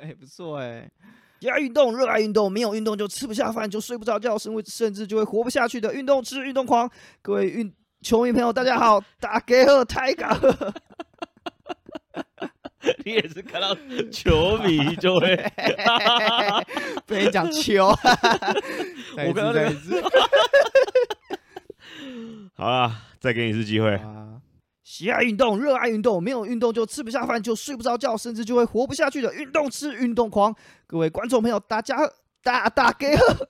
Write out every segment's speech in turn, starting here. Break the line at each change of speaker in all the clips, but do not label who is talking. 哎、不错哎、
要运动，热爱运动，没有运动就吃不下饭，就睡不着觉，甚至甚至就会活不下去的运动痴、运动狂。各位运球迷朋友，大家好，打给我抬杠。
你也是看到球迷就 会，
被你讲球， 再一
我刚
次
刚那个
再一 次
好啦，再给你一次机会。
啊！
喜爱运动，热爱运动，没有运动就吃不下饭，就睡不着觉，甚至就会活不下去的运动痴、运动狂。各位观众朋友，大家大大给呵，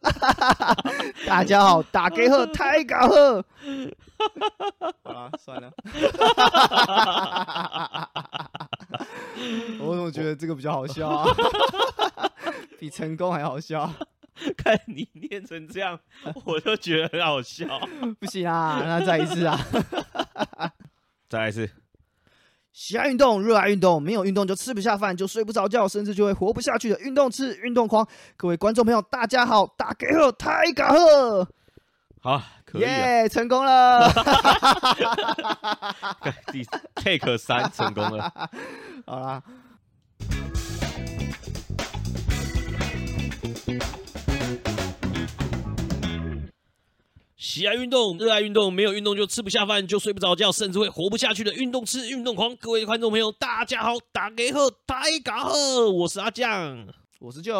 大家好，打 给呵，抬杠呵。
好啦，啊算了。我怎么觉得这个比较好笑啊？ 比成功还好笑？
看你念成这样，我就觉得很好笑。
不行啊，那再一次啊！
再来一次，
喜爱运动，热爱运动，没有运动就吃不下饭，就睡不着觉，甚至就会活不下去的运动痴、运动狂。各位观众朋友，大家好，打给呵，抬杠呵，
好啦，可以
耶
了。
啊
成功了。
看第 take 三成功了。
好啦，
喜爱运动，热爱运动，没有运动就吃不下饭，就睡不着觉，甚至会活不下去的运动痴、运动狂。各位观众朋友，大家好，打给后台嘎后，我是阿酱。
我是就，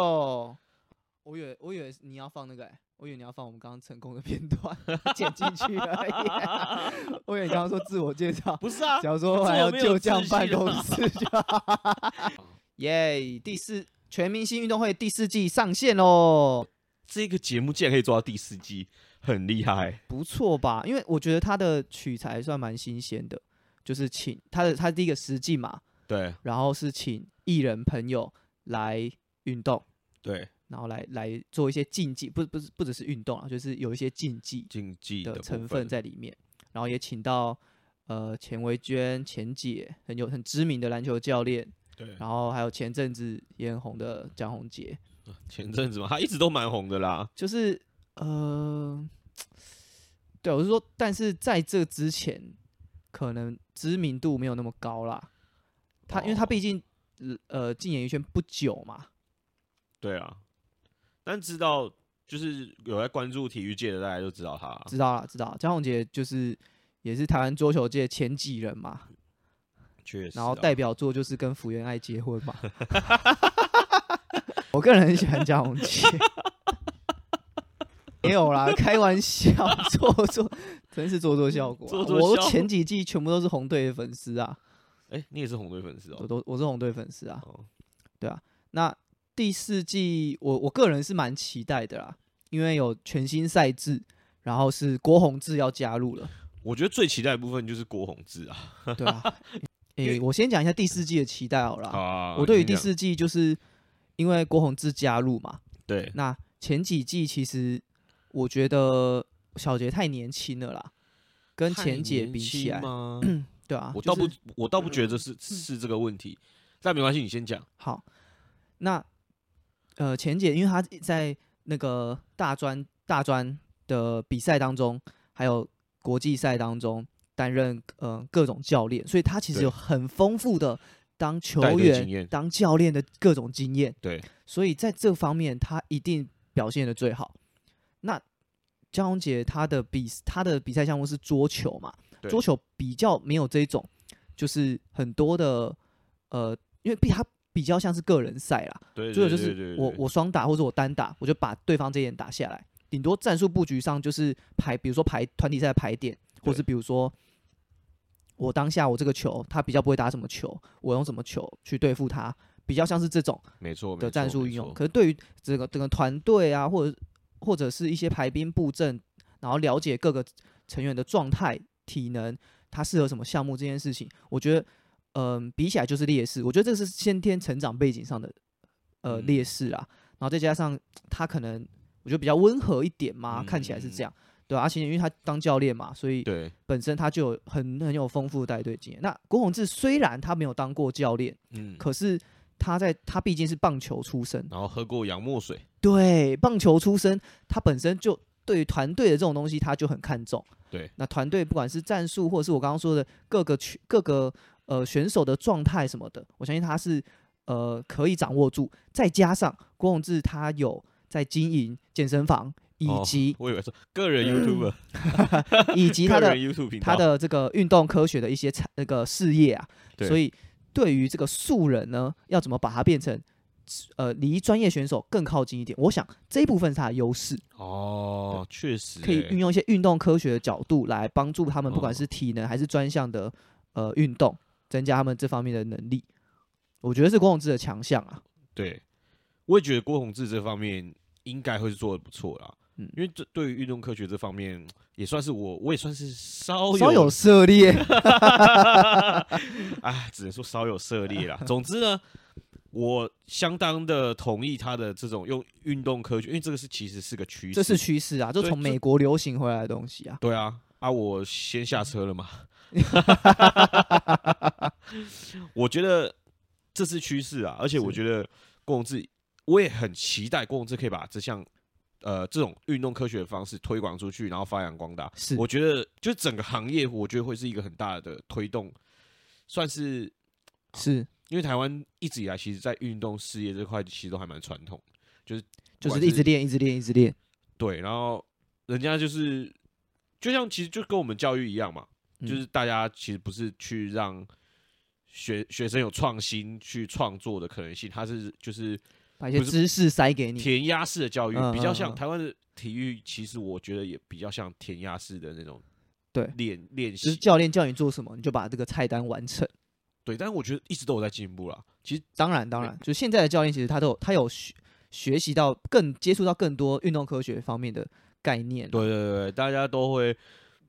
我以为我以为你要放那个、欸，我以为你要放我们刚刚成功的片段 剪进去而已。 我以为你刚刚说自我介绍，
不是 啊，
假如说还
这
要
我没有
就将
自信
办公
啊
室就好， 耶、第四全明星运动会第四季上线喽，
这个节目竟然可以做到第四季，很厉害。
不错吧？因为我觉得它的取材算蛮新鲜的，就是请它的它第一个实际嘛，
对
然后是请艺人朋友来运动。
对，
然后来来做一些竞技，不不是不只是运动啊，就是有一些竞技
竞技
的
部
成分在里面。然后也请到呃钱维娟、钱姐，很有很知名的篮球教练，
对，
然后还有前阵子也很红的江宏杰，
前阵子嘛，他一直都蛮红的啦。
就是呃，对我是说，但是在这之前，可能知名度没有那么高啦。他因为他
哦
毕竟呃进演艺圈不久嘛，
对啊，但知道就是有在关注体育界的，大家就知道他啊。
知道了知道了。江宏杰就是也是台湾桌球界前几人嘛，
确实啊，
然后代表作就是跟福原爱结婚嘛。 我个人很喜欢江宏杰，没有啦，开玩笑，做做，真是做做效果啊、
做做
我
效
前几季全部都是红队的粉丝啊，
哎，你也是红队粉丝
我
哦。
都我是红队粉丝啊。
哦，
那第四季我我个人是蛮期待的啦，因为有全新赛制，然后是郭宏志要加入了，
我觉得最期待的部分就是郭宏志啊。
对啊。
因
诶、
为
我先讲一下第四季的期待好了啊。
啊
我对于第四季就是因为郭宏志加入嘛，
对
那前几季其实我觉得小杰太年轻了啦，跟前姐比起来，
吗？
对啊，
我
就
倒不
是，
我倒不觉得是是这个问题，但没关系，你先讲。
好。那呃，前姐因为她在那个大专大专的比赛当中，还有国际赛当中担任呃各种教练，所以她其实
对
有很丰富的当球
带队经
员
验、
当教练的各种经验。
对，
所以在这方面他一定表现的最好。那江宏杰他的比他的比赛项目是桌球嘛，
对
桌球比较没有这种，就是很多的呃，因为比他比较像是个人赛啦，
对，
桌
对
球就
对
是
对
我
对
我双打或者我单打，我就把对方这一点打下来，顶多战术布局上就是排，比如说排团体赛的排点，或
对
是比如说我当下我这个球他比较不会打什么球，我用什么球去对付他，比较像是这种。
没错
的战术运用。
可
可是对于这个整个团队啊，或者或者是一些排兵布阵，然后了解各个成员的状态、体能，他适合什么项目这件事情，我觉得，嗯、比起来就是劣势。我觉得这是先天成长背景上的呃
嗯
劣势啊，然后再加上他可能我觉得比较温和一点嘛，看起来是这样。对、啊，而且因为他当教练嘛，所以
嗯对，
本身他就有很很有丰富的带队经验。那郭宏志虽然他没有当过教练，
嗯，
可是他在他毕竟是棒球出身，
然后喝过洋墨水，
对，棒球出身，他本身就对于团队的这种东西他就很看重。
对，
那团队不管是战术，或者是我刚刚说的各个区各个呃选手的状态什么的，我相信他是呃可以掌握住，再加上郭宏志他有在经营健身房，以
哦
及、
我以为说个人 YouTube，哦
以及他
个
的
人 YouTube 频道，
他的这个运动科学的一些产那个事业啊，
对
所以对于这个素人呢，要怎么把它变成呃离专业选手更靠近一点？我想这一部分是他的优势，
哦，确实
可以
欸
运用一些运动科学的角度来帮助他们，不管
哦
是体能还是专项的呃运动，增加他们这方面的能力。我觉得是郭宏志的强项啊，
对，我也觉得郭宏志这方面应该会是做的不错啦。
嗯
因为这对于运动科学这方面，也算是我，我也算是稍
稍有
哦有
涉猎。
啊，只能说稍有涉 猎啦。总之呢，我相当的同意他的这种用运动科学，因为这个是其实是个趋势，
这是趋势啊，就
对
从
这
美国流行回来的东西啊。
对啊，啊，我先下车 了嘛。我觉得这是趋势啊，而且我
是
觉得郭宏志，我也很期待郭宏志可以把这项呃这种运动科学的方式推广出去，然后发扬光大。
是
我觉得就整个行业，我觉得会是一个很大的推动，算是
是，
因为台湾一直以来其实在运动事业这块其实都还蛮传统，就是不
就
管
是一直练，一直练，一直练。
对，然后人家就是就像其实就跟我们教育一样嘛，
嗯
就是大家其实不是去让学学生有创新去创作的可能性，它是就是
把一些
不是
知识塞给你，
填鸭式的教育，
嗯
比较
嗯嗯
像台湾的体育，其实我觉得也比较像填鸭式的那种
对
练练
就是
习。
教练叫你做什么，你就把这个菜单完成。
对，但是我觉得一直都有在进步啦。其实
当然，当然，就现在的教练其实他都有他有学学习到更接触到更多运动科学方面的概念。
对对对对，大家都会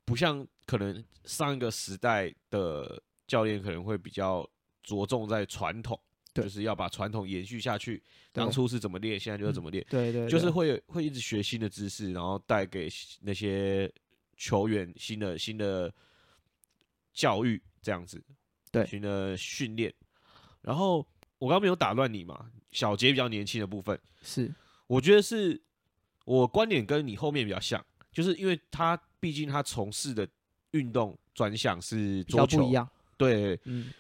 不像可能上一个时代的教练可能会比较着重在传统，
对
就是要把传统延续下去。
对嗯
当初是怎么练，现在就是怎么练，
对对，
就是
对
会有会一直学新的知识，然后带给那些球员新的新的教育这样子，
对
新的训练。然后我刚刚没有打断你嘛，小杰比较年轻的部分，
是
我觉得是我观点跟你后面比较像，就是因为他毕竟他从事的运动专项是
比较
桌球
不一，样。
对，
嗯，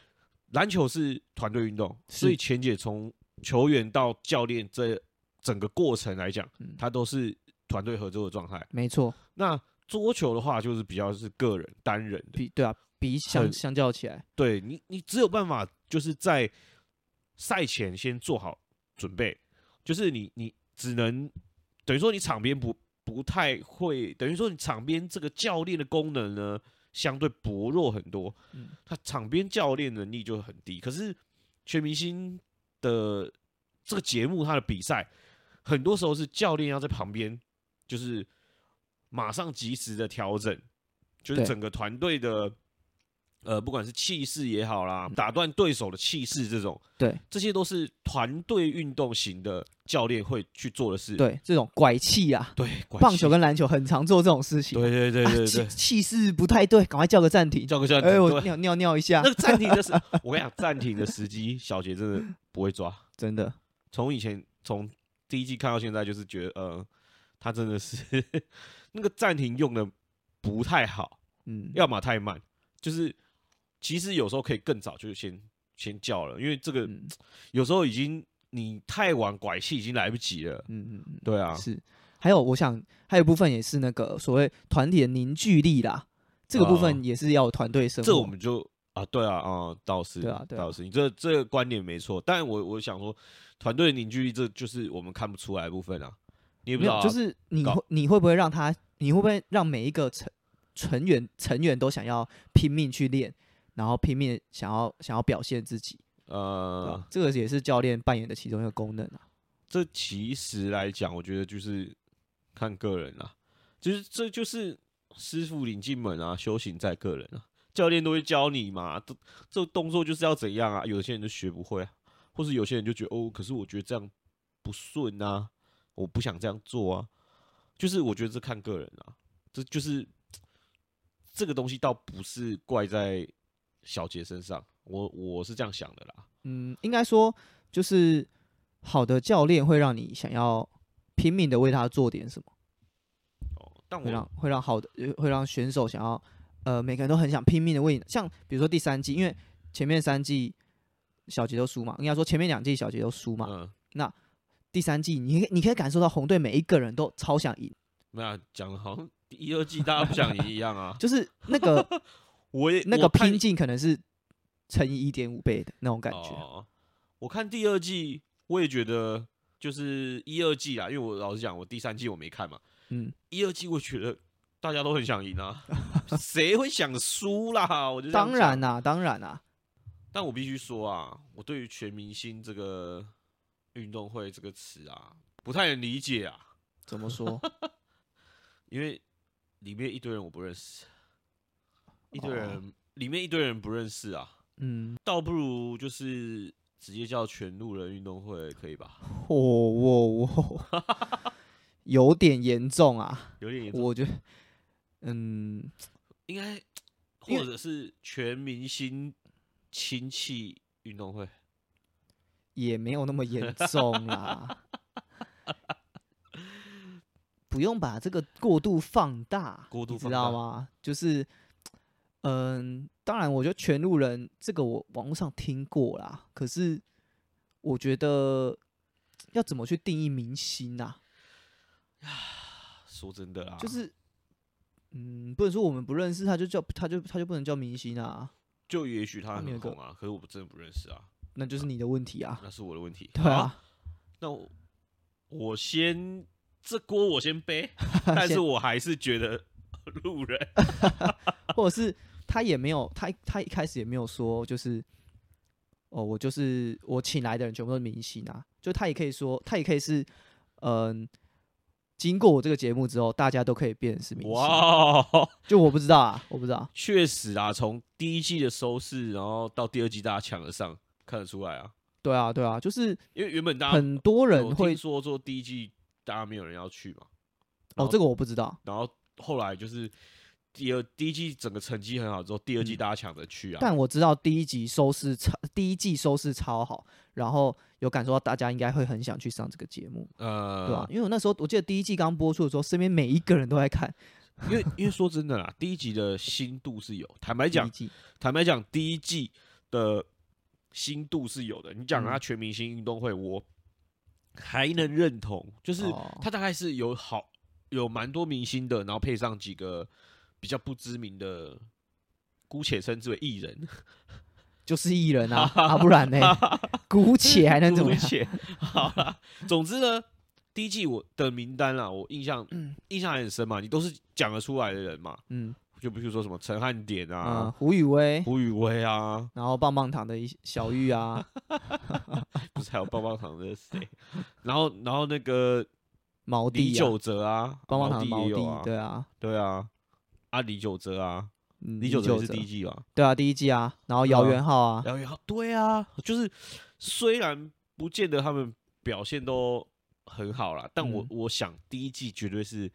篮球是团队运动，所
是
以钱姐从球员到教练这整个过程来讲
嗯，
他都是团队合作的状态。
没错，
那桌球的话，就是比较是个人单人的，
比对啊，比相
很
相较起来，
对你，你只有办法就是在赛前先做好准备，就是你你只能等于说你场边不不太会，等于说你场边这个教练的功能呢相对薄弱很多，
嗯
他场边教练能力就很低。可是全明星的这个节目，它的比赛很多时候是教练要在旁边，就是马上及时的调整，就是
对
整个团队的。呃，不管是气势也好啦，打断对手的气势这种，
嗯对，
这些都是团队运动型的教练会去做的事。
对这种拐气啊，
对，管
棒
气
球跟篮球很常做这种事情。
对对对
啊
对
气
对，
气势不太对，赶快叫个暂停。
叫个叫
哎，我
对
尿尿尿一下
那，个暂停 的时，我跟你讲，暂停的时机，小杰真的不会抓。
真的
从以前从第一季看到现在，就是觉得呃，他真的是 那个暂停用的不太好，
嗯，
要么太慢，就是其实有时候可以更早就先先叫了，因为这个
嗯
有时候已经你太晚拐气已经来不及了。
嗯嗯嗯，
对啊，
是，还有我想还有一部分也是那个所谓团体的凝聚力啦，这个部分
啊
也是要有团队生活。
这我们就啊，对啊，啊、倒是，
对啊对啊
倒是，你这这个观点没错，但我我想说，团队凝聚力这就是我们看不出来的部分啊，你也不
没
知道、啊，
有，就是你
搞
会你会不会让他，你会不会让每一个成成员成员都想要拼命去练，然后拼命想要想要表现自己、对啊
呃
吧，这个也是教练扮演的其中一个功能啊。
这其实来讲，我觉得就是看个人啦、就是这就是师傅领进门啊，修行在个人啊，教练都会教你嘛，这这动作就是要怎样啊，有些人就学不会啊，或是有些人就觉得哦，可是我觉得这样不顺啊，我不想这样做啊，就是我觉得这看个人啊，这就是这个东西倒不是怪在小杰身上，我我是这样想的啦，
嗯，应该说就是好的教练会让你想要拼命的为他做点什么，
哦，但
会
我
让会让好的呃会让选手想要呃每个人都很想拼命的为你，像比如说第三季，因为前面三季小杰都输嘛，应该说前面两季小杰都输嘛，
嗯，
第三季你可以你可以感受到红队每一个人都超想赢，。
没有啊讲的好像一二季大家不想赢一样啊
就是那个
我也
那
我
个
看
拼劲可能是乘以一点五倍的那种感觉。
哦我看第二季，我也觉得就是一二季啦，因为我老实讲，我第三季我没看嘛。
嗯，
一二季我觉得大家都很想赢啊， 谁会想输啦？我就这样啊
当然
讲，
啦、当然啦、
但我必须说啊，我对于全明星这个运动会这个词啊，不太能理解啊，
怎么说？
因为里面一堆人我不认识，一堆
哦
人、里面一堆人不认识啊，
嗯，
倒不如就是直接叫全路人运动会可以吧？
我哦我我 有点严重啊，
有点严重。
我觉得，嗯，
应该
因为
或者是全明星亲戚运动会，
也没有那么严重啦。不用把这个过度放大，
过度
你知
放
道
大
吗？就是，嗯，当然，我觉得全路人这个我网络上听过啦，可是我觉得要怎么去定义明星啊？
说真的啦，
就是，嗯，不能说我们不认识他就叫他就他就不能叫明星啊，
就也许他
他们有
很
个
红啊，可是我真的不认识啊，
那就是你的问题啊。
那是我的问题。
对
好，
啊，
那我我先这锅我 先背，但是我还是觉得 路人
或者是他也没有，他他一开始也没有说，就是哦，我就是我请来的人全部都是明星啊，就他也可以说，他也可以是，嗯、经过我这个节目之后，大家都可以变成是明星。
哇，哦
就我不知道啊，我不知道，
确实啊，从第一季的收视，然后到第二季大家抢得上，看得出来啊，
对啊，对啊，就是
因为原本大家
很多
啊有
人
听
会
说做第一季大家没有人要去嘛，
哦，这个我不知道，
然后后来就是第二第一季整个成绩很好之后，第二季
嗯
大家抢着去啊。
但我知道第一集收视超，第一季收视超好，然后有感受到大家应该会很想去上这个节目，
呃，
对啊吧、因为我那时候我记得第一季刚播出的时候，身边每一个人都在看
因为因为说真的啦，第一集的心度是有，坦白
第
讲
一，季，
坦白讲，第一季的心度是有的。你讲
嗯
他全明星运动会，我还能认同，就是
哦
他大概是有好有蛮多明星的，然后配上几个比较不知名的，姑且称之为艺人，
就是艺人 啊，啊不然呢？姑且还能怎么样
姑？且好啦，总之呢，第一季我的名单啦，我印象、印象还很深嘛，你都是讲得出来的人嘛，
嗯
就比如说什么陈汉典
啊、
啊、
胡宇威，
胡宇威啊，
然后棒棒糖的一些小玉啊，
不是还有棒棒糖的谁，然后然后那个
毛
李
弟、啊，
玖哲啊，
棒棒糖的
毛
毛
也有
弟，
啊，
对啊，
对啊，啊李玖哲啊，
嗯
李玖哲也是第一季嘛，
对啊，第一季啊，然后姚
对啊
元浩啊，
然后也好对啊，就是虽然不见得他们表现都很好啦，但我、
嗯
我想第一季绝对是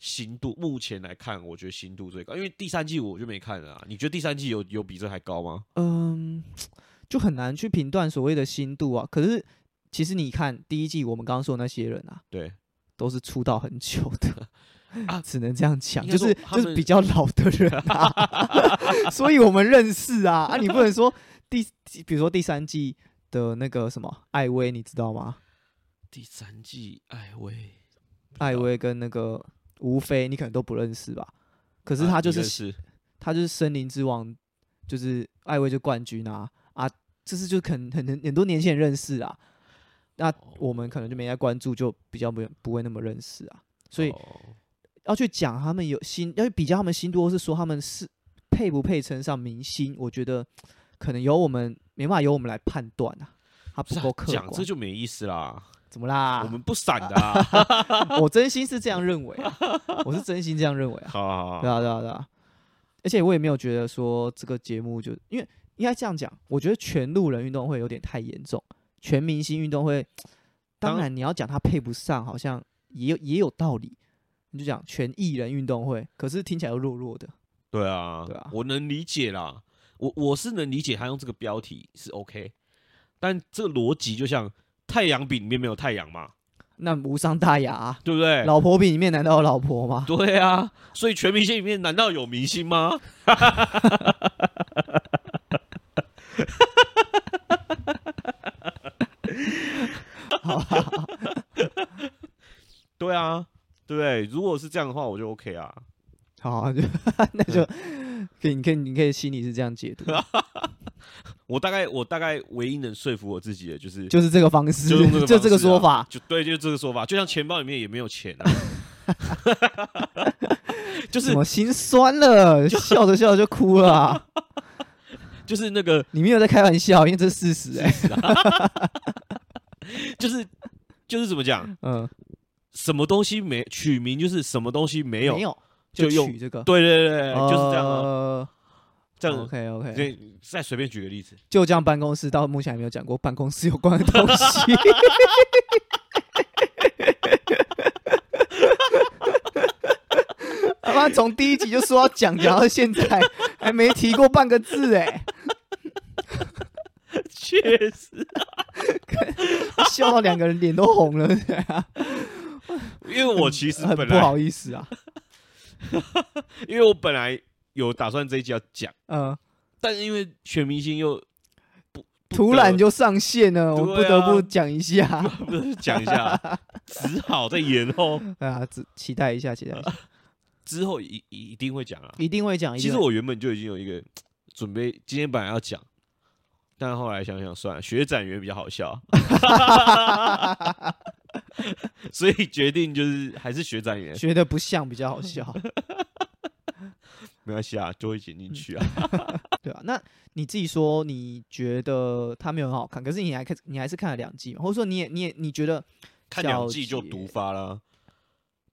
新度，目前来看，我觉得新度最高，因为第三季我就没看了啊。你觉得第三季有有比这还高吗？
嗯，就很难去评断所谓的心度啊。可是其实你看第一季我们刚刚说的那些人啊，
对，
都是出道很久的
啊
只能这样讲，
应该
就
说
是
他
就是
们
比较老的人啊， 所以我们认识啊。啊，你不能说第，比如说第三季的那个什么艾薇，你知道吗？
第三季，哎喂，
艾
啊
薇跟那个吴飞，你可能都不认识吧？可
可
是他就
啊、
是
是
他就是森林之王，就是艾薇就冠军啊啊，这是就可能很很很多年轻人认识啊，那
哦
我们可能就没在关注，就比较不不会那么认识啊，所以
哦
要去讲他们有心，要去比较他们心多，是说他们是配不配称上明星，我觉得可能由我们没办法由我们来判断啊，他
不
不
是
够
啊
客
讲
观，
这就没意思啦，
怎么啦？
我们不闪的、 啊。
我真心是这样认为、啊，我是真心这样认为啊。
好好
对
好，
啊，对啊，对啊。而且我也没有觉得说这个节目就，因为应该这样讲，我觉得全路人运动会有点太严重，全明星运动会，当
当
然你要讲它配不上，好像也有也有道理。你就讲全艺人运动会，可是听起来又弱弱的。
对啊，
对啊
我能理解啦，我我是能理解他用这个标题是 OK，但这个逻辑就像太阳饼里面没有太阳嘛，
那无伤大雅、啊，
对不对？
老婆饼里面难道有老婆吗？
对啊，所以全明星里面难道有明星吗？
好不好？
对啊，对不对？如果是这样的话，我就 OK 啊。
好啊，就 那就可以，你可以，你可以心里是这样解读，
我大概我大概唯一能说服我自己的就是
就是这个方式，
就用这
就
个方
这个
式
说
啊
法，
就对，就是这个说法，就像钱包里面也没有钱、啊， 就是
怎么心酸了，笑着笑着就哭了啊、
就是那个
你没有在开玩笑，因为这是事实哎、
就是就是怎么讲，
嗯，
什么东西没取名就是什么东西没有，
没有
就用
取这个，
对对对，对就是这样啊，
呃
这样。
OK OK，
对，再随便举个例子，
就这样办公室到目前还没有讲过办公室有关的东西。他妈从第一集就说要讲，讲到现在还没提过半个字哎、
确实，啊
笑到两个人脸都红了，对啊
因为 我其实
很
本
不
来，
好意思啊。
因为我本来有打算这一集要讲，
嗯，
但是因为全明星又 不不
突
得
然就上线了，我
对
不得
啊
不讲一下。
不是讲一下，啊只好再延后，
对啊，只期待一下，期待一下，
之后一一一定会讲啊。
一定会讲。一
呃其
定
实
会
我原本就已经有一个准备，今天本来要讲，但后来想想算了，血展员比较 好笑， 所以决定就是还是血展员，
觉得不像比较好笑，
没关系啊，就会剪进去啊。
对啊，那你自己说，你觉得它没有很好看，可是你还看，你还是看了两季嘛，或者说你也你也你觉得
看两季
小
就
姐
毒发啦，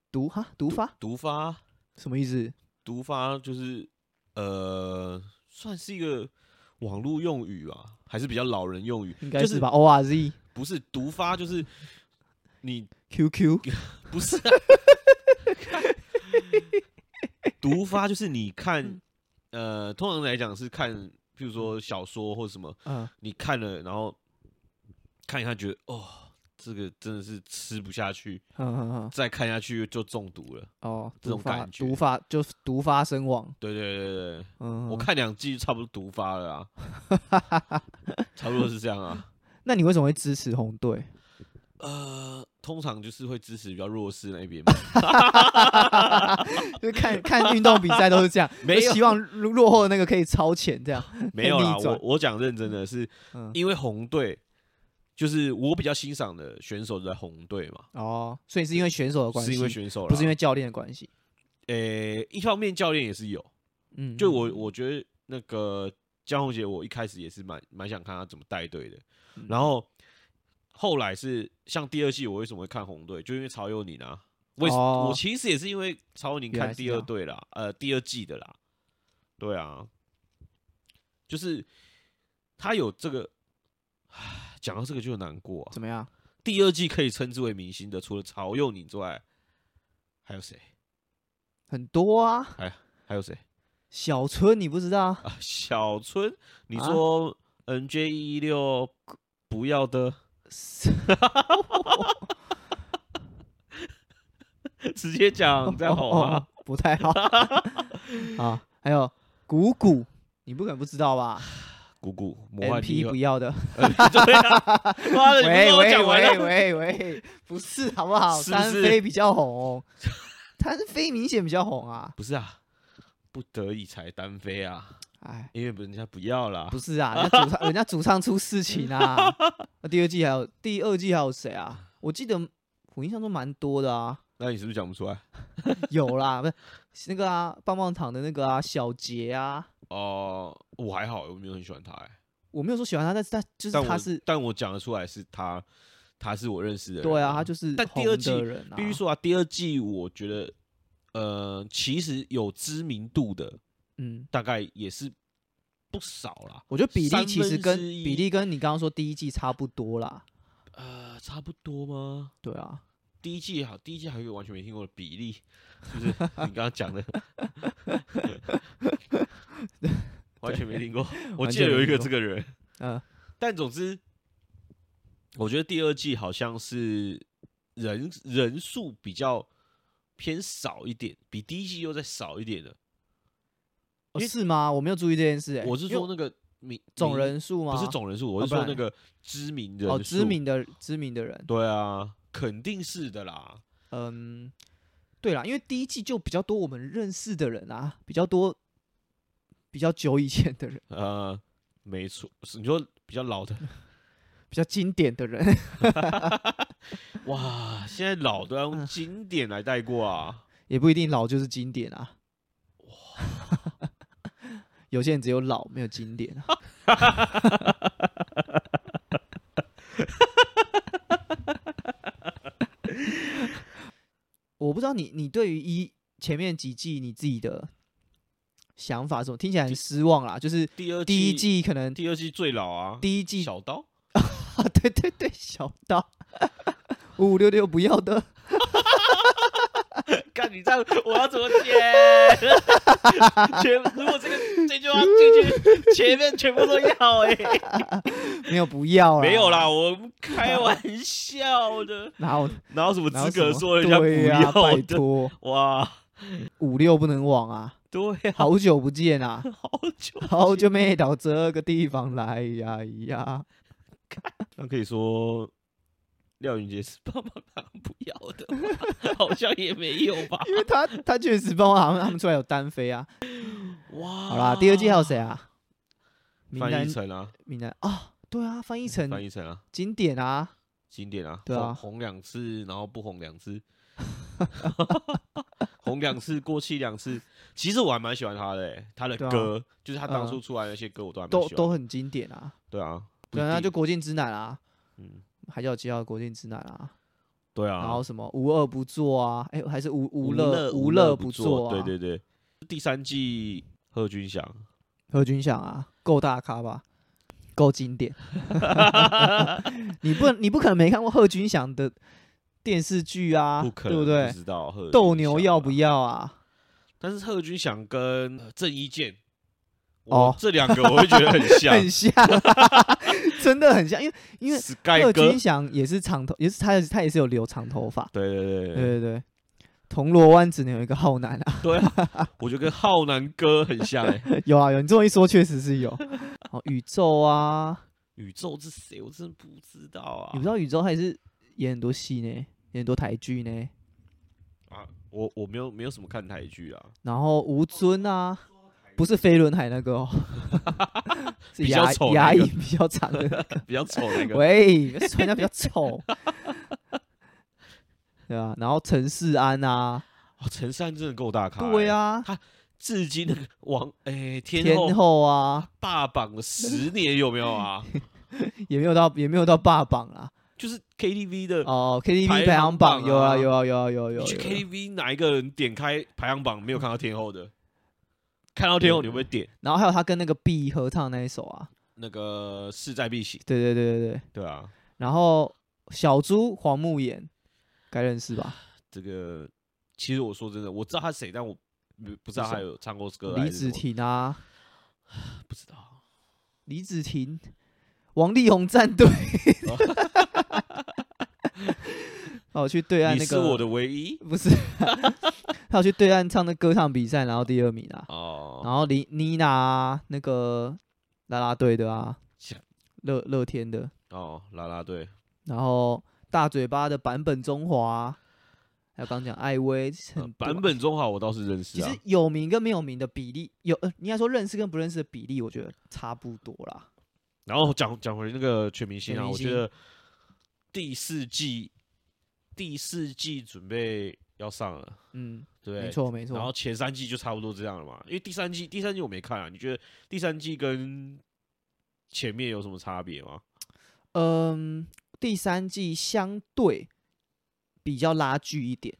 毒哈毒发
毒发
什么意思？
毒发就是呃，算是一个网络用语吧，还是比较老人用语，
应该
就是
吧？O R Z
不是毒发就是你
Q Q
不是、 啊，毒发就是你看，
嗯
呃，通常来讲是看，譬如说小说或什么，
嗯
你看了然后看一看，觉得哦，这个真的是吃不下去，
嗯嗯嗯
再看下去就中毒了。
哦，
这
毒
种
发
感觉
毒发就是毒发身亡。
对对对对，
嗯，
我
嗯。
看两季就差不多毒发了 啊，差不多是这样啊。
那你为什么会支持红队？
呃，通常就是会支持比较弱势那一边嘛，
就看 看运动比赛都是这样，
没
就
有
希望落落后的那个可以超前， 这样。
没有啦。
逆
我
转
我讲认真的是，
嗯
因为红队就是我比较欣赏的选手在红队嘛，
哦，所以是因为选手的关系，
是因为选手啦，
不是因为教练的关系。
诶、一方面教练也是有，
嗯，
就
嗯
我我觉得那个江宏杰，我一开始也是蛮蛮想看他怎么带队的，
嗯
然后后来是像第二季，我为什么会看红队，就因为曹佑宁啊，为什、
哦
我其实也是因为曹佑宁
原
看
来是
第
这
二
样
队啦，呃，第二季的啦，对啊，就是他有这个，唉讲到这个就难过、啊，
怎么样？
第二季可以称之为明星的，除了曹佑宁之外，还有谁？
很多啊，
还有谁
小春你不知道啊？
啊？小春，你
啊
说 NJ 一六不要 的，直接讲 这样好
哦
吗？？
不太好 啊。还有谷谷，你不可能不知道吧
姑姑魔幻
？MP
帝
不要的，
呃对啊，妈 的，你
喂
不跟我
喂
讲完
喂
了，
喂喂，不是好不好？
是不是
单飞比较红，单飞明显比较红啊。
不是啊，不得已才单飞啊，
哎，
因为人家不要啦
不。是啊，人家主 唱人家主唱出事情啊。 那第二季还有第二季还有谁啊？我记得我印象中蛮多的啊。
那你是不是讲不出来？
有啦，不是那个啊，棒棒糖的那个啊，小杰啊，
哦，我还好，我没有很喜欢他哎，
我没有说喜欢他，但是他就是
但
他
我
是
但我讲得出来是他，他是我认识的人，
对啊，他就是
但第
红
二季
的人啊，
必须说啊，第二季我觉得，呃，其实有知名度的
嗯，
大概也是不少啦，
我觉得比例其实跟
三分之一
比例跟你刚刚说第一季差不多啦，
呃，差不多吗？
对啊，
第一季好，第一季还有一个完全没听过的比例，是不是？你刚刚 讲的，完全没听过。我
完
记
全
得
没
有一
听
个
过
这个人，
嗯、
但总之，我觉得第二季好像是人人数比较偏少一点，比第一季又再少一点了。
哦
因为
是吗？我没有注意这件事、欸，
我是
因为
说那个名
总
名
人数吗？
不是总人数，我
哦
是
不
说
然
那个知名人
哦，知
数
名的知名的人，
对啊，肯定是的啦。
嗯，对啦，因为第一季就比较多我们认识的人啊，比较多比较久以前的人，
呃，没错，是你说比较老的，
比较经典的人。
哇，现在老都要用经典来带过啊。
也不一定老就是经典啊。 有些人只有老没有经典啊。 我不知道你你对于一前面几季你自己的想法是什么？听起来很失望啦，就是
第二
第一，季可能
第二季最老啊，
第一季
小刀，
啊， 对对对，小到 五五六六不要的，
看 你这样，我要怎么剪？全如果这个这句话进去，前面全部都要哎、
没有不要啦，
没有，啦，我们 开玩笑的，
哪有
哪有什么
哪有
资
什么
格说人家不
对呀、
要
拜
的？
托。
哇，
五六不能忘啊！
对呀、
好久不见啊，
好久，
好久没到这个地方来呀、哎呀！
那可以说廖云杰是棒棒糖不要的吗，好像也没有吧？
因为他他确实帮忙，他们出来有单飞啊。
哇，
好啦，第二季还有谁啊？闽
翻
南
译成啊，
闽南啊，对啊，翻译
翻
成
译成啊，
经典啊，
经典啊，
对啊
红红两次，然后不红两次， 红两次，过气两次。其实我还蛮喜欢他的欸、他的
对啊
歌、就是他当初
嗯
出来的那些歌，我都还蛮
都
喜欢
都很经典啊。
对啊，不
对
一
啊，
定
就国境之南啊，
嗯，
海角七号国境之南啊，
对
然后
啊，
什么无恶不作啊，哎，还是无无乐
无
乐
不
作啊，
对对对，第三季贺军翔，
何军翔啊，够大咖吧？够经 典。你不你不可能没看过贺军翔的电视剧啊，
不可
对不
能
对？
知道贺
斗
军
牛
翔
要
啊
不要啊？
但是贺军翔跟呃郑伊健，
哦
哦，这两个我会觉得很 像，
很像，真的很像，因为因为贺
Sky 哥
军，翔也是长头，也是他他也是有留长头发，
对对
对
对对
对对。铜锣湾只能有一个浩南啊，
对啊，我觉得跟浩南哥很像哎、
有啊有，你这么一说确实是有。哦，宇宙啊，
宇宙是谁？我真的不知道啊！
你不知道宇宙他也是演很多戏呢，演很多台剧呢，
啊？我我没有没有什么看台剧啊，
然后吴尊啊，不是飞轮海那个哦， 是
比较
牙
丑
牙
那
龈
个
比较长的那个。
比较丑 那个。
喂，说人家比较丑，对啊，然后陈世安啊，
哦，陈山真的够大咖、欸
对，啊，
至今那个王哎、天
天
后
后啊，
霸榜了十年有没有啊？
也没有到也没有到霸榜啦。
就是 KTV 的，
哦，KTV 排
呃排
行
行
榜
榜
有啊
啊
有啊有啊有啊有
你
啊
去
有啊，
KTV 哪一个人点开排行榜没有看到天后的？看到天后你会不会点？
然后还有他跟那个 B 合唱那一首啊，
那个势在必行，
对对对对对，
对啊，
然后小猪黄慕妍，该认识吧？
这个其实我说真的，我知道他谁，但我不不知道
是
他有唱过歌还
李
是什
子
么，
婷啊，
不知道。
李子婷，王力宏战队，哦，去对岸
你
那
是
个
我的唯一
不是，他有去对岸唱的歌唱比赛，然后第二名啊，
哦，
然后林妮娜啊那个啦啦队的啊
像，
乐乐天的，
哦，啦啦队，
然后大嘴巴的版本中华啊，还有刚讲艾薇，
呃
很多啊
版本中华我倒是认识
其
啊
实，有名跟没有名的比例，有呃，应该说认识跟不认识的比例，我觉得差不多啦。
然后讲讲回那个全明星
全
啊，
明
我觉
星
得第四季第四季准备要上了，
嗯，
对，
没。错没
然后
错。
前三季就差不多这样了嘛，因为第三季第三季我没看啊，你觉得第三季跟前面有什么差别吗？
嗯，第三季相对比较拉锯一点。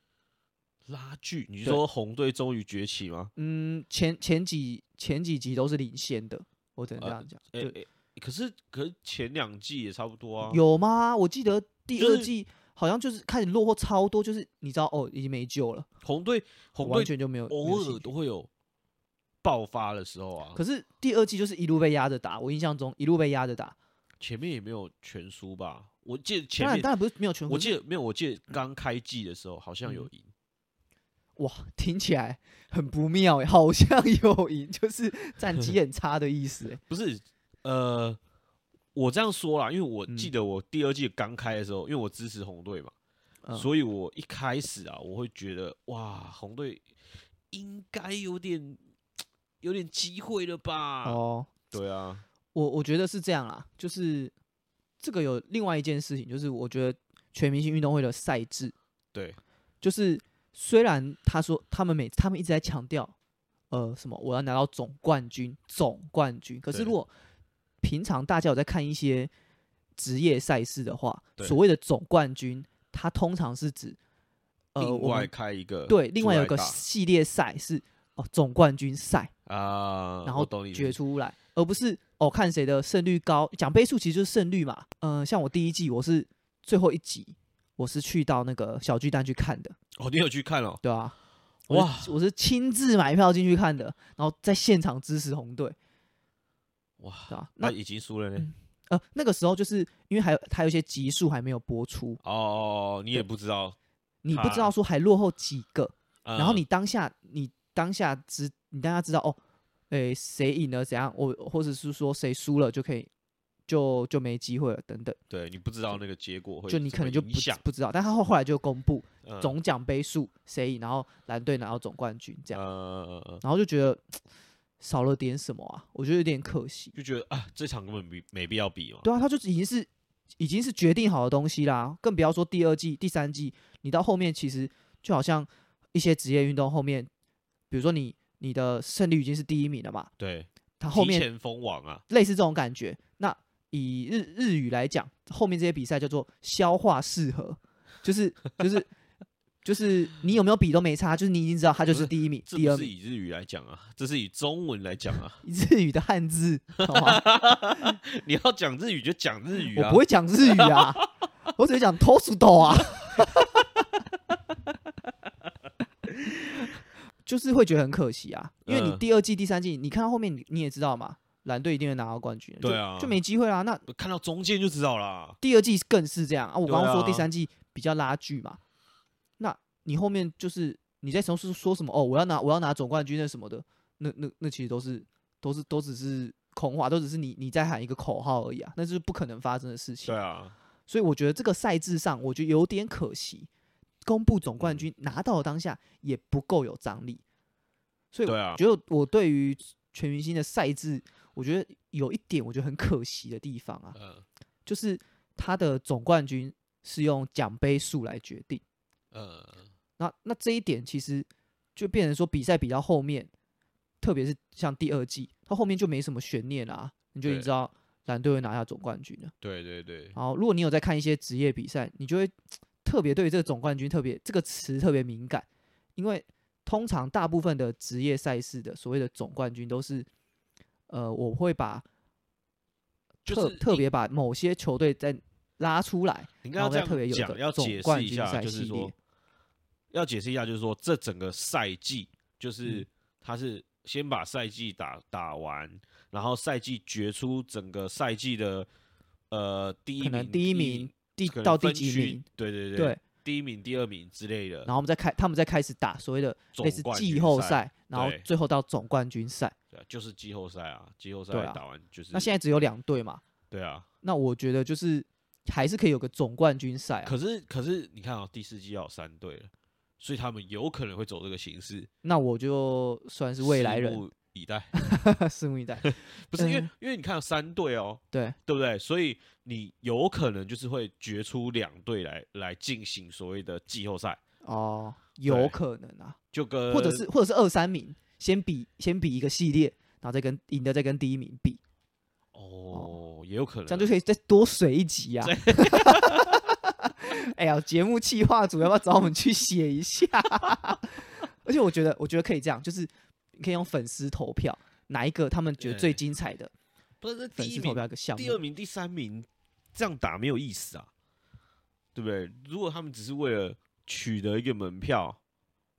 拉锯，你是
对
说红队终于崛起吗？
嗯，前前几前几集都是领先的，我只能这
呃
样讲。
诶、
对，
诶可是可是前两季也差不多啊。
有吗？我记得第
就
二
是
季好像就是开始落后超多，就是你知道哦，已经没救了，
红队
我
红
完
队
全就没有。没有
哦偶
兴
尔
趣
都会有爆发的时候啊，
可是第二季就是一路被压着打，我印象中一路被压着打。
前面也没有全输吧？我记得
当
前
然，
面
当然不是没有全
我
国，
记得没有，我记得刚开季的时候好像有
嗯
赢，
哇，听起来很不妙欸，好像有赢，就是战绩很差的意思欸。
不是呃，我这样说啦，因为我记
嗯
得我第二季刚开的时候，因为我支持红队嘛，
嗯
所以我一开始啊，我会觉得哇，红队应该有点有点机会了吧？
哦，
对啊，
我我觉得是这样啦，就是这个有另外一件事情，就是我觉得全明星运动会的赛制，
对，
就是虽然他说他们每他们一直在强调，呃，什么我要拿到总冠军，总冠军，可是
对
如果平常大家有在看一些职业赛事的话，
对
所谓的总冠军，它通常是指呃
另
我
外
们
开一个
对另
出
外有
来
个
打
系列赛是哦总冠军赛。
啊，
然
我
后
懂你
决出来，而不是哦看谁的胜率高。奖杯数其实就是胜率嘛。嗯、像我第一季我是最后一集，我是去到那个小巨蛋去看的，
哦，你有去看哦？
对啊？我
哇
是我是亲自买票进去看的，然后在现场支持红队，
哇，
对吧、那、
那已经输了呢。
嗯呃那个时候就是因为还有还有一些集数还没有播出，
哦，你也不知道，
你不知道
啊
说还落后几个，然后
嗯
你当下你当下知你当下知道哦，诶谁赢了怎样，我或者是说谁输了就可以就就没机会了等等。
对你不知道那个结果会
就你
怎
可
么
能就不
影
知
响
不知道，但他后后来就公布
嗯
总奖杯数谁赢，然后蓝队拿到总冠军这样，
呃，嗯嗯
然后就觉得少了点什么啊，我觉得有点可惜。
就觉得啊，这场根本没没必要比嘛。
对啊，他就已经是已经是决定好的东西啦，更不要说第二季、第三季，你到后面其实就好像一些职业运动后面，比如说你你的胜率已经是第一名了嘛，
对，
他后
提
面
前封王啊，
类似这种感觉。那以日日语来讲，后面这些比赛叫做消化适合，就是 就是就是你有没有比都没差，就是你已经知道他就是第一名、
这
第
不
二
是
名。
以日语来讲啊，这是以中文来讲啊。
日语的汉字， 好吗？
你要讲日语就讲日语
我
啊，
不会讲日语 啊，我只会讲 t o s t o 啊，就是会觉得很可惜啊，因为你
嗯
第二季、第三季，你看到后面你你也知道嘛，蓝队一定会拿到冠军，
对啊
就就没机会啦。那
看到中间就知道啦。
第二季更是这样啊。我
对
刚刚说第
啊
三季比较拉锯嘛，那你后面就是你在从说说什么哦，我要拿我要拿总冠军那什么的，那那那其实都是都是都只是空话，都只是你你在喊一个口号而已啊，那是不可能发生的事情
对。啊，
所以我觉得这个赛制上，我觉得有点可惜，公布总
嗯
冠军拿到的当下也不够有张力。所以
对啊
我觉得我对于全明星的赛制，我觉得有一点我觉得很可惜的地方啊，
嗯
就是他的总冠军是用奖杯数来决定。
呃，
那那这一点其实就变成说比赛比到后面，特别是像第二季，它后面就没什么悬念啦、你就已经
对嗯
知道蓝队会拿下总冠军了。
对对对，
然后如果你有在看一些职业比赛，你就会特别对于这个总冠军特别这个词特别敏感，因为通常大部分的职业赛事的所谓的总冠军都是，呃，我会把
就
特
是
特
你
别把某些球队再拉出来。
你
然
刚
后
刚这
再特别有
样
一
讲，
个
要
总
解
冠
释一
军
下，
赛
就是
系
说
列，
要解释一下，就是说这整个赛季就是
嗯
他是先把赛季打打完，然后赛季决出整个赛季的呃第
可
一名
能、第一名、第
可能
到第
分
几
区
名，，
对对
对，，
第一名、第二名之类的
然。后我们再开，他们再开始打所谓的
总
类似
冠
季
军
后
赛
赛，然后
对
最后到总冠军赛。
对啊就是季后赛啊，季后赛
对啊
打完就是
那现在只有两队嘛，
对啊，
那我觉得就是还是可以有个总冠军赛、啊。
可是可是你看啊、第四季要有三队了，所以他们有可能会走这个形式，
那我就算是未来
拭
人，
目以待。
拭目以待。
不是因为、
嗯
因为你看有三队哦，
对，
对不对？所以你有可能就是会决出两队来来进行所谓的季后赛，
哦，有
对
可能啊，
就跟
或者是或者是二三名先比先比一个系列，然后再跟赢的再跟第一名比，
哦，也有可能啊，
这样就可以再多水一集啊。 哎呀，节目企划组要不要找我们去写一下？ 而且我觉得，我觉得可以这样，就是你可以用粉丝投票，哪一个他们觉得最
对
精彩的
不是这
粉
第一
丝投
名
票一个项目
第。二名、第三名这样打没有意思啊，对不对？如果他们只是为了取得一个门票，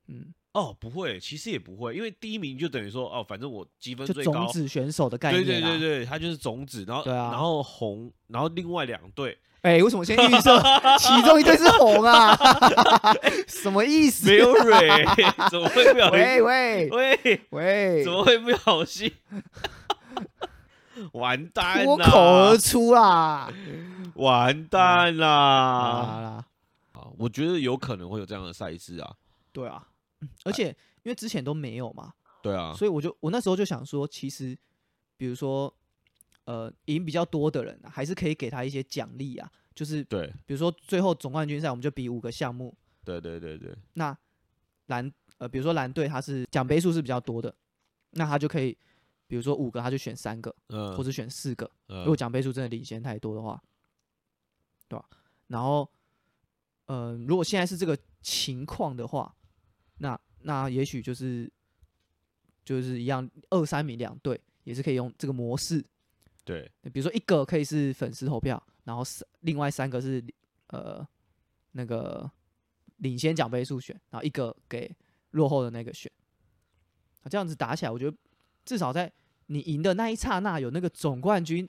嗯，
哦，不会，其实也不会，因为第一名就等于说，哦，反正我积分
就
最
种
高，
子选手的概
对
念啊
对
啦
对对，他就是种子，然后、
对啊
然后红，然后另外两 队
哎、为什么先预设其中一对是红啊？ 什么意思？
没有蕊， 怎么会不小心？
喂喂
喂，
喂
怎，么会不小心？ 完蛋
脱口而
啦，
出啦！
完蛋
好
啦！
啦，
啊我觉得有可能会有这样的赛制啊，
对啊，嗯而且因为之前都没有嘛，
对啊，
所以我就我那时候就想说，其实比如说呃赢比较多的人、啊，还是可以给他一些奖励啊，就是
对
比如说最后总冠军赛我们就比五个项目，
对对对对，
那蓝呃，比如说蓝队他是奖杯数是比较多的，那他就可以，比如说五个他就选三个，
嗯，
或者选四个。
嗯
如果奖杯数真的领先太多的话，对吧、然后，呃，如果现在是这个情况的话，那那也许就是就是一样二三名两队也是可以用这个模式，
对
比如说一个可以是粉丝投票，然后三另外三个是呃那个领先奖杯数选，然后一个给落后的那个选。啊这样子打起来，我觉得至少在你赢的那一刹那，有那个总冠军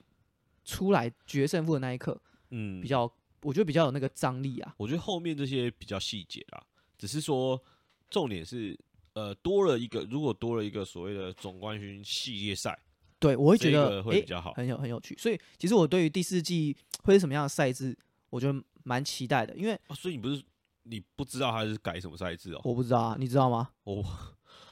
出来决胜负的那一刻，
嗯
比较我觉得比较有那个张力啊。
我觉得后面这些比较细节啦，只是说重点是，呃，多了一个，如果多了一个所谓的总冠军系列赛，
对，我会
这
觉
个
得
会比
诶
较好。
很有很有趣。所以其实我对于第四季会是什么样的赛制，我觉得蛮期待的，因为
啊所以你不是你不知道他是改什么赛制哦？
我不知道啊，你知道吗？
我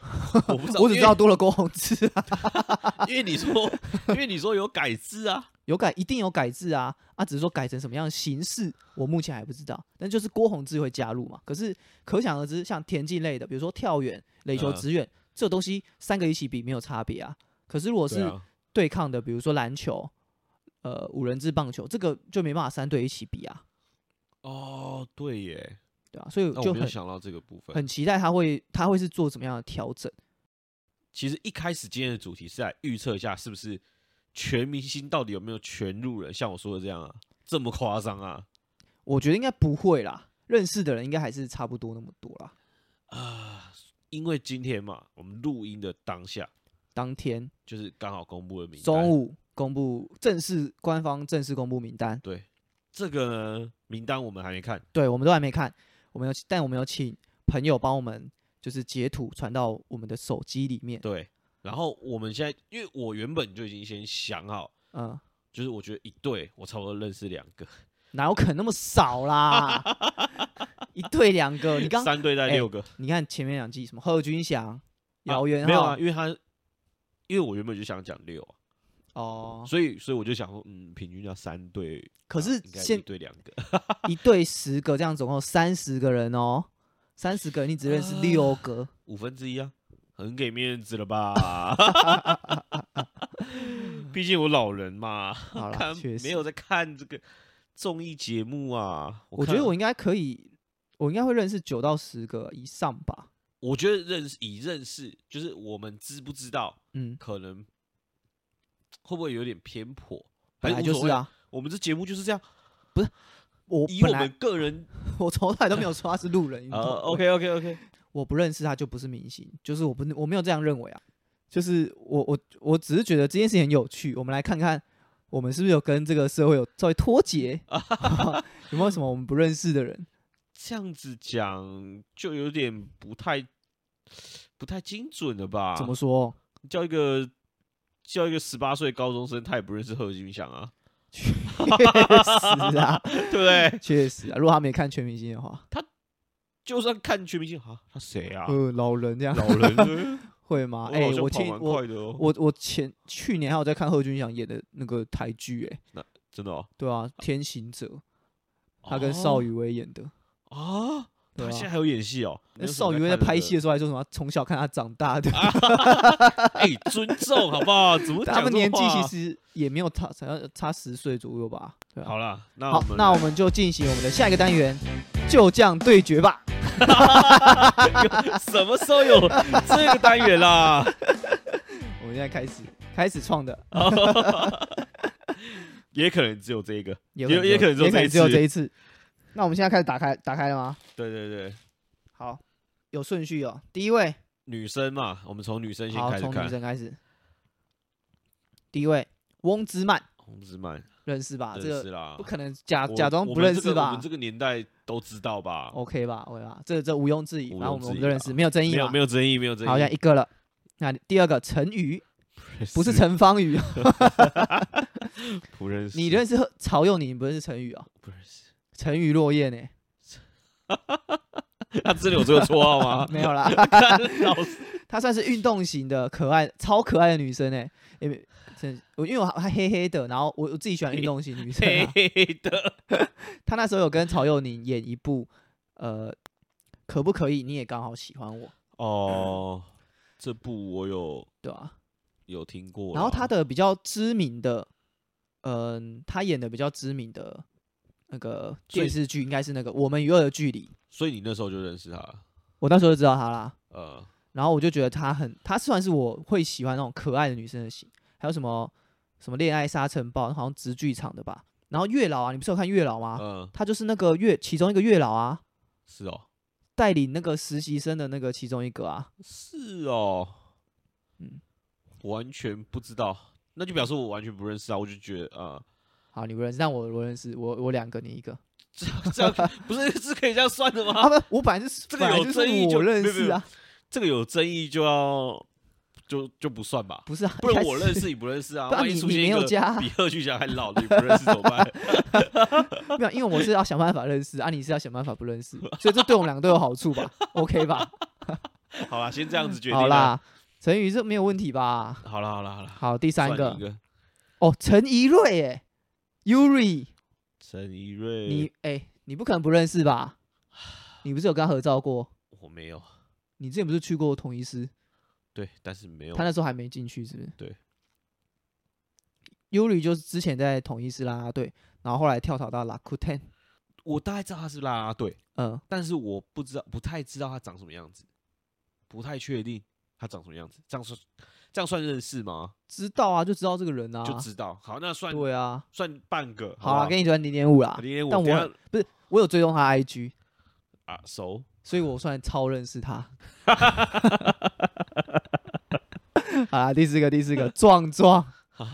我不知 道，
我只知道
因
多了郭宏志啊。
为因为你说，因为你说有改制啊，
有改，一定有改制啊啊！只是说改成什么样的形式，我目前还不知道。但就是郭宏志会加入嘛，可是可想而知，像田径类的，比如说跳远、垒球、
嗯
直远、这东西，三个一起比没有差别啊。可是如果
对
是
啊，
对抗的，比如说篮球、呃五人制棒球，这个就没办法三队一起比啊，
哦，对耶，
对啊，所以
那我
就
没有
很
想到这个部分。
很期待他会他会是做怎么样的调整。
其实一开始今天的主题是来预测一下，是不是全明星到底有没有全路人，像我说的这样啊，这么夸张啊？
我觉得应该不会啦，认识的人应该还是差不多那么多啦。
啊，因为今天嘛，我们录音的当下
当天
就是刚好公布了名单。
中
午
午公布正式官方正式公布名单。
对这个呢名单我们还没看，
对，我们都还没看，我们有，但我们有请朋友帮我们就是截图传到我们的手机里面。
对。然后我们现在，因为我原本就已经先想好，
嗯，
就是我觉得一对我差不多认识两个，
哪有可能那么少 啦？一对两个，你刚
三对在
哎
六个。
你看前面两季什么贺军翔、姚元浩，
啊没有啊，因为他因为我原本就想讲六啊、
哦，
所以所以我就想说，嗯，平均要三对，
可
啊
是
应该
现
一对两个，
一对十个，这样总共三十个人哦，三十个人你只认识
啊
六 个，
五分之一啊，很给面子了吧？ 毕竟我老人嘛，
好啦，
看
确实，
没有在看这个综艺节目啊。
我觉
看
得我应该可以，我应该会认识九到十个以上吧。
我觉得认识以认识，就是我们知不知道，
嗯，
可能会不会有点偏颇？
本来
还哎无
就
所
是
谓，
啊，
我们这节目就是这样，
我
以
本
我
来嗯
们个人
我从头到尾都没有说他是路人运
呃
动。
，OK OK OK，
我不认识他就不是明星，就是我不我没有这样认为啊，就是我我我只是觉得这件事情很有趣，我们来看看我们是不是有跟这个社会有稍微脱 节，有没有什么我们不认识的人？
这样子讲就有点不太不太精准了吧？
怎么说？
叫一个叫一个十八岁高中生，他也不认识贺军翔啊，
确实啊，
对不对？
确实啊，如果他没看全明星的话，
就算看全明星，啊，他谁啊？
呃，老人这样
老 人呢？
会吗？
我
哎、
好像
我
跑
前
蛮
我
快的哦，
我我前去年还有在看贺军翔演的那个台剧，哎，
真的哦，
对啊，《天行者》，他跟邵雨薇演的。
哦啊，
对
他
啊
现在还有演戏哦。
那
时候
邵雨薇在
看
拍
这个
戏，的时候还说什么？从小看他长大的，
哎，尊重好不好？怎么
但他
讲
们
这
年
种
纪
话啊
其实也没有差，才要差十岁左右吧。对啊
好了，那
好，那我们就进行我们的下一个单元，就这样对决吧。
来 什么时候有这个单元啦？
我们现在开始开始创的，
也可能只有这一个，
也
也也可能只有
也可
这一
能只有
次
这一次。那我们现在开始打开打开了吗？
对对对，
好，有顺序哦。第一位，
女生嘛，我们从女生先
好，
开始
从女
看。
生开始。第一位，翁之曼，
洪子曼
认识啊吧？这
认识
个
啦
不，可能假
我
假装
我
不
们
认
这
识
个我
吧
们这个年代都知道吧？
？OK 吧？OK 吧？这这毋庸置疑，
毋
然后我
庸
们
置
我们
疑
都认
啦
识，没有争议
没
嘛
有没？有争议，没有争议。
好像一个了。那第二个陈宇，不是陈芳宇啊，
不认识，
你认识曹佑宁，你不认识陈宇啊？
不认识？
陈宇落叶呢？
他真的有这个绰号吗？
没有啦，
老师
她算是运动型的可爱、超可爱的女生哎、欸，没真的我因为我她黑黑的，然后我我自己喜欢运动型女生、
黑
啊。
黑的，
她那时候有跟曹佑宁演一部，呃，可不可以？你也刚好喜欢我，
哦，这部我有
对吧、
有听过啦。
然后她的比较知名的，嗯、她演的比较知名的那个
所以
电视剧应该是那个《我们与恶的距离》，
所以你那时候就认识他了，
我那时候就知道她啦。
呃，
然后我就觉得她很，她算是我会喜欢那种可爱的女生的型。还有什么什么恋爱沙尘暴，好像直剧场的吧。然后月老啊，你不是有看月老吗？
嗯，
她就是那个月其中一个月老啊，
是哦，
带领那个实习生的那个其中一个啊。
是哦，
嗯
我完全不知道，那就表示我完全不认识啊，我就觉得 啊、
好，你不认识，但我我认识，我我两个，你一个
呃这样不是是可以这样算的
啊，
吗？
不，我本来就是
这个
本来
有
就是
争议就
我认
没有没
识
有
啊，
这个有争议就要就就不 算吧，
不是啊，
不然
一开
我
始
认识，你不认识啊，
对啊
万一
你
出
你
现
没
一
有
个
加啊
比贺俊祥还老的你不认识怎么办？
没有，因为我是要想办法认识啊，你是要想办法不认识，所以这对我们两个都有好处吧？OK 吧？
好啦，先这样子 决定。啊
好，啦，陈宇这没有问题吧？
好啦，好啦，好啦，
好，第三
算你
个
一个
哦，陈怡瑞耶，Yuri，
陈怡瑞，
你哎、你不可能不认识吧？你不是有跟他合照过？
我没有
你之前不是去过同一师？
对，但是没有
他那时候还没进去，是不是？
对。
Yuri 就是之前在统一师啦啦队，然后后来跳槽到 Lakuten，
我大概知道他是啦啦队，
嗯，
但是我不知道，不太知道他长什么样子，不太确定他长什么样子。这样算，这样算认识吗？
知道啊，就知道这个人啊，
就知道。好，那算
对啊。
算半个。
好啦，
了，
给你转零点五啦。
零点五。
但
等一
我
下
我有追踪他 IG，
啊熟，
所以我算超认识他。好啦，第四个，第四个，壮壮
好，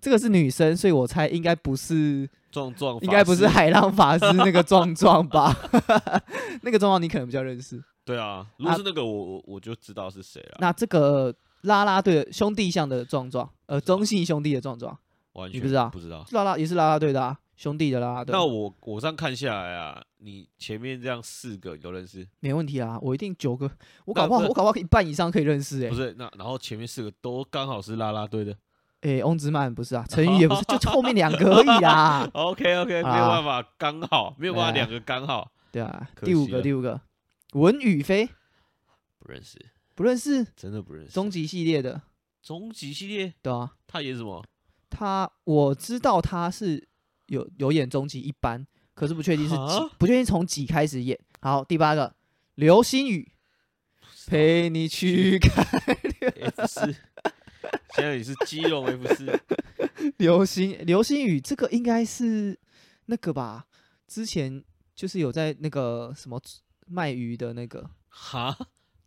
这个是女生，所以我猜应该不是，
壮壮
应该不是
法师
海浪法师那个壮壮吧？ 那个壮壮你可能比较认识。
对啊，如果是那个我我我就知道是谁了，
那这个拉拉队的兄弟象的壮壮，呃，中信兄弟的壮壮，
完
你
全
不知道
不知道。
拉拉也是拉拉队的啊，兄弟的拉拉队
那，我我这样看下来啊，你前面这样四个你都认识，
没问题啊，我一定九个，我
那
搞不好
不是
我搞不好一半以上可以认识哎、
不是？那然后前面四个都刚好是啦啦队的。。
诶，翁子曼不是啊，陈宇也不是，就后面两个而已啊
OK OK，没有
好啊哎
办法，刚好没有办法，
来
两个刚好
对啊，
可
第五
惜
个，
了
第五个，文宇飞
不认识，
不认识
真的不认识。
终极系列的，
终极系列
对啊，
他演什么？
他我知道他是有有演终极一班，可是不确定是几
啊，
不确定从几开始演。好，第八个，刘星宇陪你去看
F 四， 现在你是基隆 F 四，
流星 流星雨，这个应该是那个吧？之前就是有在那个什么卖鱼的那个，
哈，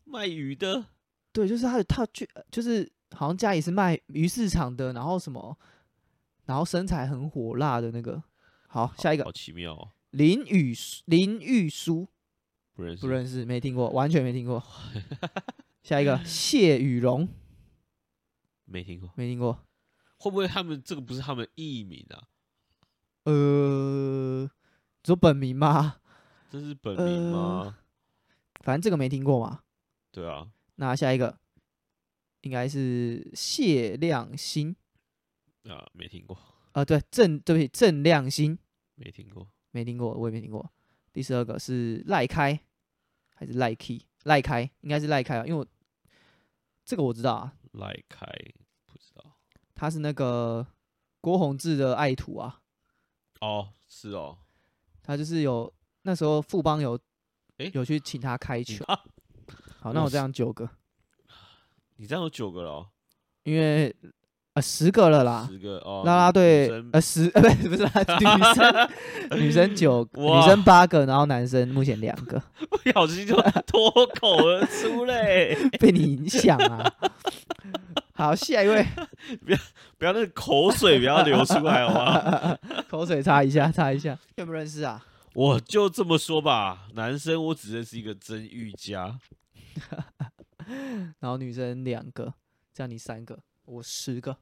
卖鱼的
对，就是他有他去就是好像家里是卖鱼市场的，然后什么，然后身材很火辣的那个。好，下一个
好奇妙哦，
林雨舒林玉书，
不认识，
不认识，没听过，完全没听过。下一个谢雨龙，
没听过，
没听过。
会不会他们这个不是他们艺名啊？
呃，你说本名吗？
这是本
呃
名吗？
反正这个没听过嘛。
对啊，
那下一个应该是谢亮星，
啊，没听过，
啊，对，郑，对不起，郑亮星，
没听过，
没听过，我也没听过。第十二个是赖开，还是赖 key？赖开应该是赖开啊，因为我这个我知道啊，
赖开不知道。
他是那个郭宏志的爱徒啊，
哦，是哦，
他就是有那时候富邦有、
诶
有去请他开球。
啊
好，那
哇
我这样九个，
你这样有九个了哦，
因为呃十个了啦。
十个哦，
啦啦
女
队
女生
呃十 呃不是不是啦女生女生九女
哇
生八个，然后男生目前两 个，
不小心就脱口而出嘞，
被你影响啊。好，下一位，
不要那个口水不要流出来好吗？
口水擦一下，擦一下，认不认识啊？
我就这么说吧，男生我只认识一个曾玉佳，
然后女生两个，这样你三个，我十个，哇，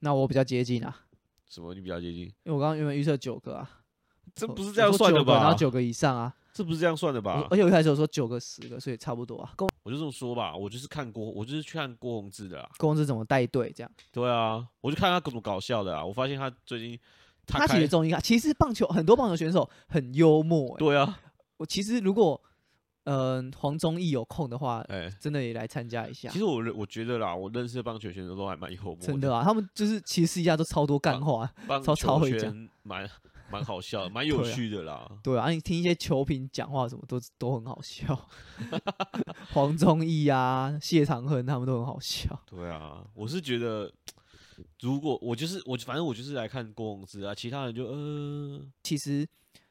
那我比较接近啊，
什么？你比较接近？
因为我刚刚原本预测九个啊，
这
我
不
我
是这样
说
算的
九个然
吧
后？九个以上啊，
这不是这样算的
我
吧？
而且我一开始有说九个十个，所以差不多啊。公
我就这么说吧，我就是看郭，我就是去看郭宏志的啦。
公司怎么带队这样？
对啊，我就看他怎么搞笑的啊。我发现他最近他
他其
开
实综艺咖，其实棒球很多棒球选手很幽默、欸。
对啊，
我其实如果嗯、黄宗义有空的话，
哎，
真的也来参加一下
其。实我认我觉得啦，我认识的棒球选手都还蛮幽默
真的啊，他们就是其实私底下都超多干话，
棒
超超
球
会讲
圈蛮蛮好笑的，蛮有
对啊
趣的啦。
对啊，你听一些球评讲话什么都都很好笑， 黄宗义啊、谢长亨他们都很好笑。
对啊，我是觉得，如果我就是我，反正我就是来看郭宏志啊，其他人就呃，
其实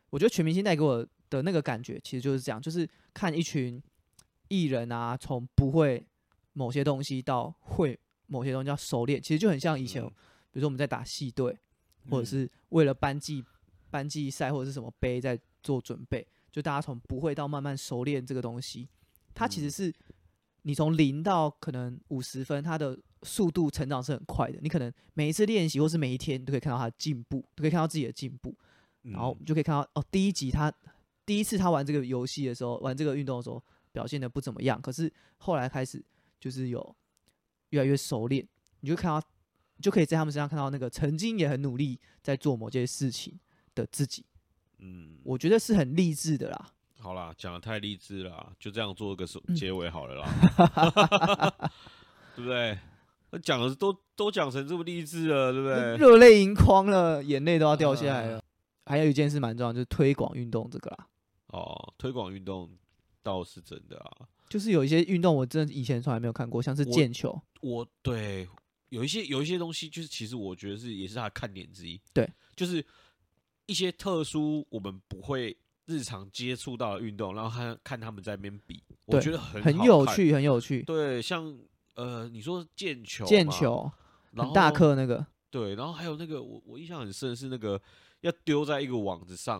我觉得全明星带给我的那个感觉，其实就是这样，就是看一群艺人啊，从不会某些东西到会某些东西叫熟练，其实就很像以前，
嗯
比如说我们在打戏队，或者
嗯
是为了班级班级赛或者是什么杯在做准备，就大家从不会到慢慢熟练这个东西。它其实
嗯
是你从零到可能五十分，它的速度成长是很快的。你可能每一次练习或是每一天，你都可以看到他的进步，都可以看到自己的进步。然后
嗯
你就可以看到哦，第一集他第一次他玩这个游戏的时候，玩这个运动的时候表现的不怎么样，可是后来开始就是有越来越熟练，你就看到你就可以在他们身上看到那个曾经也很努力在做某件事情的自己，
嗯，
我觉得是很励志的啦。
好啦，讲的太励志啦，就这样做个收
嗯
结尾好了啦， 对不对？那讲的都都讲成这么励志了，对不嗯对？
热泪盈眶了，眼泪都要掉下来了。还有一件事蛮重要，就是推广运动这个啦。
哦，推广运动倒是真的啊。
就是有一些运动，我真的以前从来没有看过，像是
我
毽球，
我对有一些有一些东西，就是其实我觉得是也是他的看点之一。
对，
就是一些特殊我们不会日常接触到的运动，然后看看他们在那边比，我
对
觉得很
很
好
有
看。
趣，很有趣。
对，像呃，你说毽球，
毽，球
然
很大
后
颗那个，
对，然后还有那个我我印象很深的是那个要丢在一个网子上，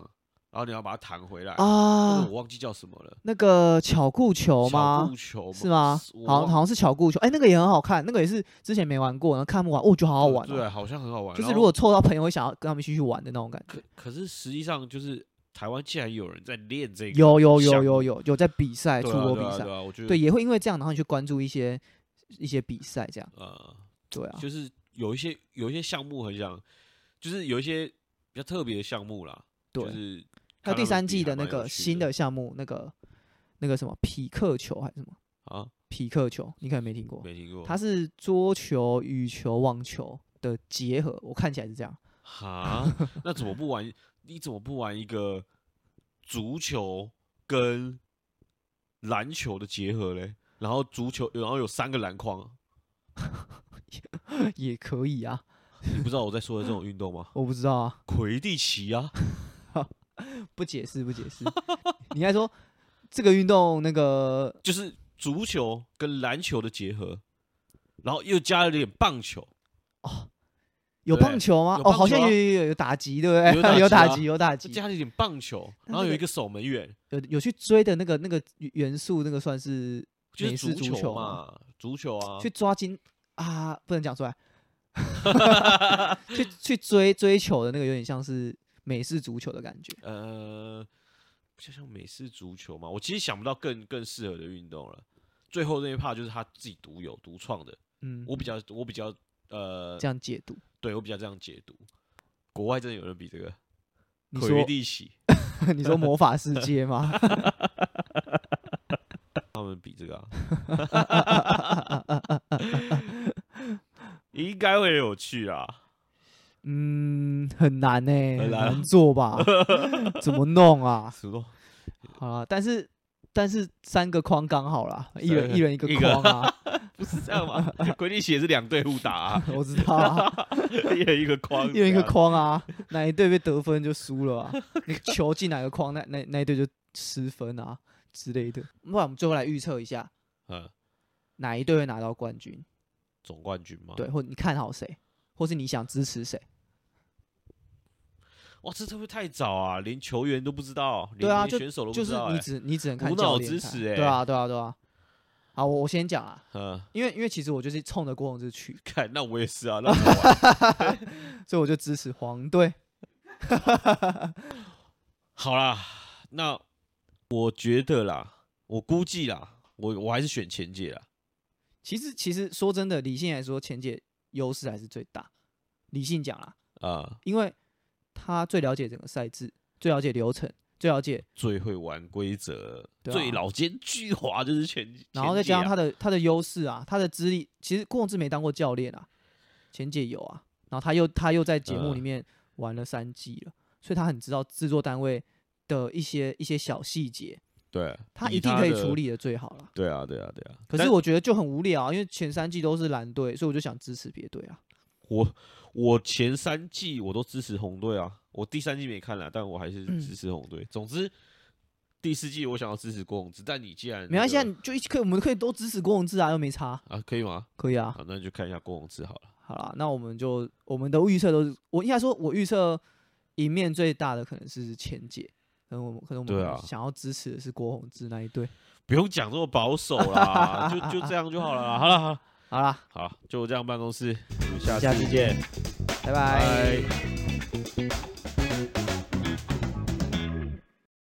然后你要把它弹回来那
啊
个，我忘记叫什么了，
那个巧固球
小
吗
布？球
是吗？
我
好像
忘
好像是巧固球，哎、那个也很好看，那个也是之前没玩过，然后看不完，哦，就好好
对
玩、
对，
哦，
好像很好玩。
就是
然
如
后
果凑到朋友，会想要跟他们一起去玩的那种感觉
可。可是实际上就是台湾竟然有人在练这个，
有有
项
有
目
有有有在比赛、出
对啊
国比
对啊
赛，
对啊，我觉得
对，也会因为这样，然后你去关注一些一些比赛，这样，
呃，
对啊，
就是有一些有一些项目很想，就是有一些比较特别的项目啦，
对。
就是
还有
看他
第
们
三
比
季
还
的那
蛮有
个
趣
新
的
的项目，那个那个什么匹克球还是什么
啊，
匹克球，你可能没听过，
没听过，
它是桌球、羽球、网球的结合，我看起来是这样。
哈，那怎么不玩？你怎么不玩一个足球跟篮球的结合嘞？然后足球，然后有三个篮筐，啊
也可以啊，？
你不知道我在说的这种运动吗
我不知道啊，
魁地奇啊，
不解释不解释。你应该说这个运动那个
就是足球跟篮球的结合，然后又加了点棒球，
嗯有
对
棒球吗
有？
哦，
棒
好像有
球啊
有有有打击，对 不对？有
有
打击
打击啊
有打
再
击，
加了一点棒球，
那
然后
这
有一
个
个守门员，
有有去追的那个那个元素，那个算是
就
美式
是
足球
球嘛，足球啊
去，抓金啊，不能讲 出来，去去追追求的那个有点像是美式足球的感觉。
呃，就像美式足球嘛，我其实想不到更更适合的运动了。最后那一趴就是他自己独有独创的，
嗯，
我比较我比较呃
这，样解读，
对我比较这样解读。国外真的有人比这个
你
魁
说
地奇，
你说魔法世界吗？
他们比这个、啊， 应该会有趣啊。
嗯，很难呢、
很难啊
难做 吧？怎么弄啊？
什么？
好啦，但是但是三个框刚好啦，一
三
人
个
一人一个
一个
框啊，
不是这样吗？魁地奇也是两队互打、啊，
我知道啊，
一人一个框，
一人一个
这样
框啊，哪一队被得分就输了啊，你球进哪个框，那那那一队就失分啊之类的。不然我们最后来预测一下，
嗯，
哪一队会拿到冠军？
总冠军嘛。
对，或你看好谁，或是你想支持谁？
哇，这会不会太早啊？连球员都不知道，连
对啊
连选手都不
就是
知道、欸，
你只你只能看
无
教
脑
练
支
赛
持欸
对啊对啊对啊。好，我我先讲啊，
嗯，
因为因为其实我就是冲着郭宏志去，
看那我也是 啊，那我玩
所以我就支持黄队。
好啦，那我觉得啦，我估计啦，我我还是选前届啦。
其实其实说真的，理性来说，钱姐优势还是最大。理性讲啦，
啊，
因为他最了解整个赛制，最了解流程，最了解，
最会玩规则，
对啊
最老奸巨猾就是前，
然后再加上
前
他
啊
的他的优势啊，他的资历，其实郭宏志没当过教练啊，钱姐有啊，然后他又他又在节目里
嗯
面玩了三季了，所以他很知道制作单位的一些一些小细节，
届啊对，
他
以
一定可以
的
处。理的最好了。
对啊，对啊，对啊。
可是
但
我觉得就很无聊啊，因为前三季都是蓝队，所以我就想支持别队啊。
我我前三季我都支持红队啊，我第三季没看了，但我还是
嗯
支持红队。总之，第四季我想要支持郭宏志，但你既然
没关系，啊，
那个
你就一起可以，我们可以都支持郭宏志啊，又没差，
啊，可以吗？
可以啊。
好，那你就看一下郭宏志好了。
好啦，那我们就我们的预测都是，我应该说，我预测赢面最大的可能是钱姐，可能我们可能我
对啊
们想要支持的是郭宏志那一队。
不用讲这么保守啦，就就这样就好了啦。好了，好了，
好啦，
好，就这样，办公室，我们下
下次
次见，
拜
拜。